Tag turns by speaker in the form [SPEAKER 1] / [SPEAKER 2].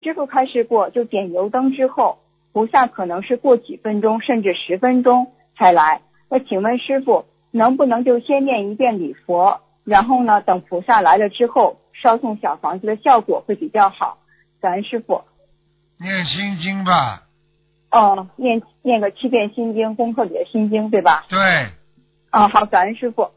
[SPEAKER 1] 师傅开示过，就点油灯之后，菩萨可能是过几分钟甚至十分钟才来。那请问师傅，能不能就先念一遍礼佛，然后呢，等菩萨来了之后，烧送小房子的效果会比较好？感恩师傅。
[SPEAKER 2] 念心经吧，
[SPEAKER 1] 哦，念念个七遍心经，功课里的心经，对吧？
[SPEAKER 2] 对，
[SPEAKER 1] 啊，好，感恩师傅。